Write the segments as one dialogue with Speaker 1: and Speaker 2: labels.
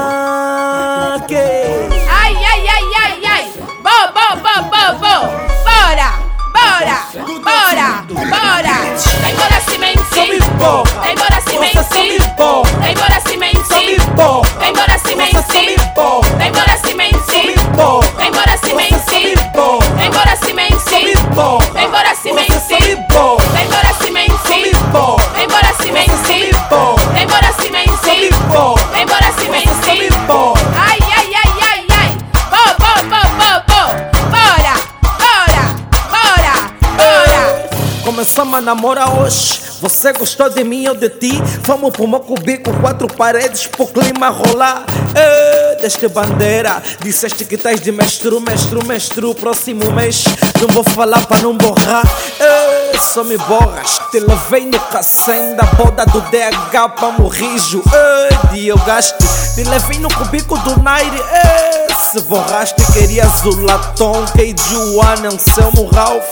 Speaker 1: Putumaque
Speaker 2: Ai, ai, ai, ai, ai! Bo, bo, bo, bo, bo! Bora! Bora! Bora! Bora! Vem embora se
Speaker 1: Só me
Speaker 2: mentir!
Speaker 1: borra
Speaker 2: Vem embora se
Speaker 1: Força, só me
Speaker 2: mentir!
Speaker 1: borra
Speaker 2: Vem embora se
Speaker 1: Só me
Speaker 2: mentir!
Speaker 1: borra
Speaker 2: Vem embora se
Speaker 1: Força, só me
Speaker 2: mentir!
Speaker 1: borra
Speaker 2: Vem embora se
Speaker 1: Só me
Speaker 2: mentir!
Speaker 1: borra
Speaker 2: Vem embora se
Speaker 1: Força, só me
Speaker 2: mentir!
Speaker 1: borra
Speaker 2: Vem embora se
Speaker 1: Só me
Speaker 2: mentir!
Speaker 1: borra
Speaker 2: Vem embora se
Speaker 1: Força, só me
Speaker 2: mentir!
Speaker 1: borra
Speaker 2: Vem embora se
Speaker 1: Só me borra Força, só me borra Só
Speaker 2: mentir! Vem embora se mentir! Vem embora se
Speaker 1: me
Speaker 2: mentir!
Speaker 1: borra
Speaker 2: Vem
Speaker 1: Força,
Speaker 2: embora se
Speaker 1: só me
Speaker 2: mentir!
Speaker 1: borra
Speaker 2: Ai, ai, ai, ai, ai! Bo, bo, bo, bo, bo! Bora! Bora! Bora! Bora!
Speaker 1: Começamos a namorar hoje Você gostou de mim ou de ti Vamos pro meu cubico Quatro paredes pro clima rolar Ê, Deste bandeira Disseste que estás de mestru, mestru, mestru Próximo mês Não vou falar pra não borrar Ê, Só me borras Te levei no cacém da boda do DH pra Morrijo Ê, De eu gasto Te levei no cubico do Naire Ê, se borraste, querias o latom Keijuan, Anselmo, Ralph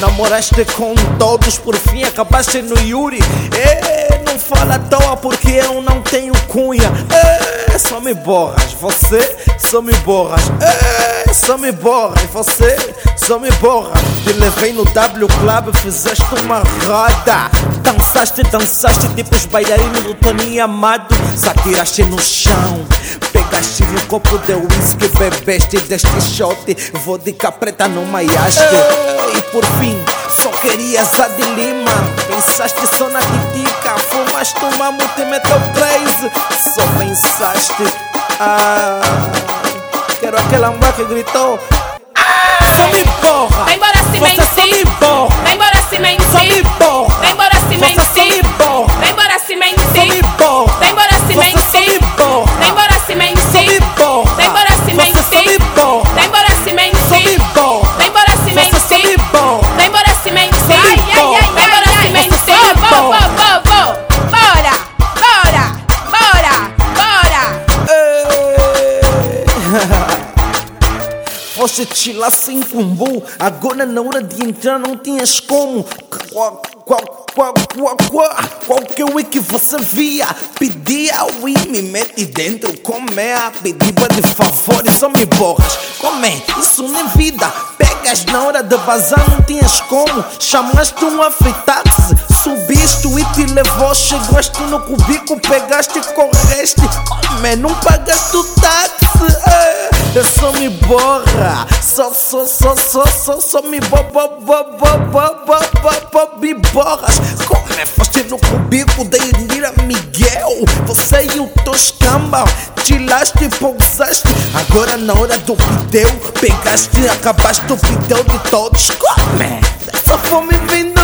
Speaker 1: Namoraste com todos, por fim acabaste no Yuri É, não fala à toa porque eu não tenho cunha É, só me borras, você só me borras É, só me borras, você só me borras Te levei no W Club, fizeste uma roda Dançaste, dançaste tipo os bailarinos do Toninho Amado Satiraste no chão Pegaste um copo de uísque, bebeste deste shot Vodka preta no maiaste E por fim, só querias a de lima Pensaste só na titica Fumaste uma multi metal crazy Só pensaste Ah, quero aquela mulher que gritou Ah, só me borra
Speaker 2: Vem embora se
Speaker 1: Você só me
Speaker 2: mentir!
Speaker 1: borra
Speaker 2: Vem embora se
Speaker 1: Só me
Speaker 2: mentir!
Speaker 1: borra
Speaker 2: Vem embora se
Speaker 1: Você só me
Speaker 2: mentir!
Speaker 1: borra
Speaker 2: Vem embora se
Speaker 1: Só me
Speaker 2: mentir!
Speaker 1: borra
Speaker 2: Vem embora se
Speaker 1: Você só me
Speaker 2: mentir!
Speaker 1: borra
Speaker 2: Vem embora se mentir! Vem embora se mentir! Vem embora se mentir! Vem embora se mentir! Vem embora se mentir! Ai, ai, ai, vem embora se mentir! Bo, bo, bo, bo! Bora! Bora!
Speaker 1: eh".
Speaker 2: Bora! Bora!
Speaker 1: Você te lá sem combo, agora na hora de entrar não tinhas como. Qual, qual, qual, qual, qual, qualquer week que você via, pedia o e me mete dentro, como é a pedida de favores, só me borras. Como é? Isso não é vida. Pegas na hora de bazar, não tinhas como. Chamaste um afritaxi, subiste e te levou, chegaste no cubico, pegaste e correste. Homem, não pagaste o táxi. eh. Eu só me borra, só, só, só, só, só, só me bo, bo, bo, bo, bo, bo, bo, bo, me borras. Como é foste no cubico da Indira Miguel? Você e o Toscamba, tilaste e pousaste. Agora na hora do pideu, pegaste e acabaste o pideu de todos. Como é? Dessa fome vem então.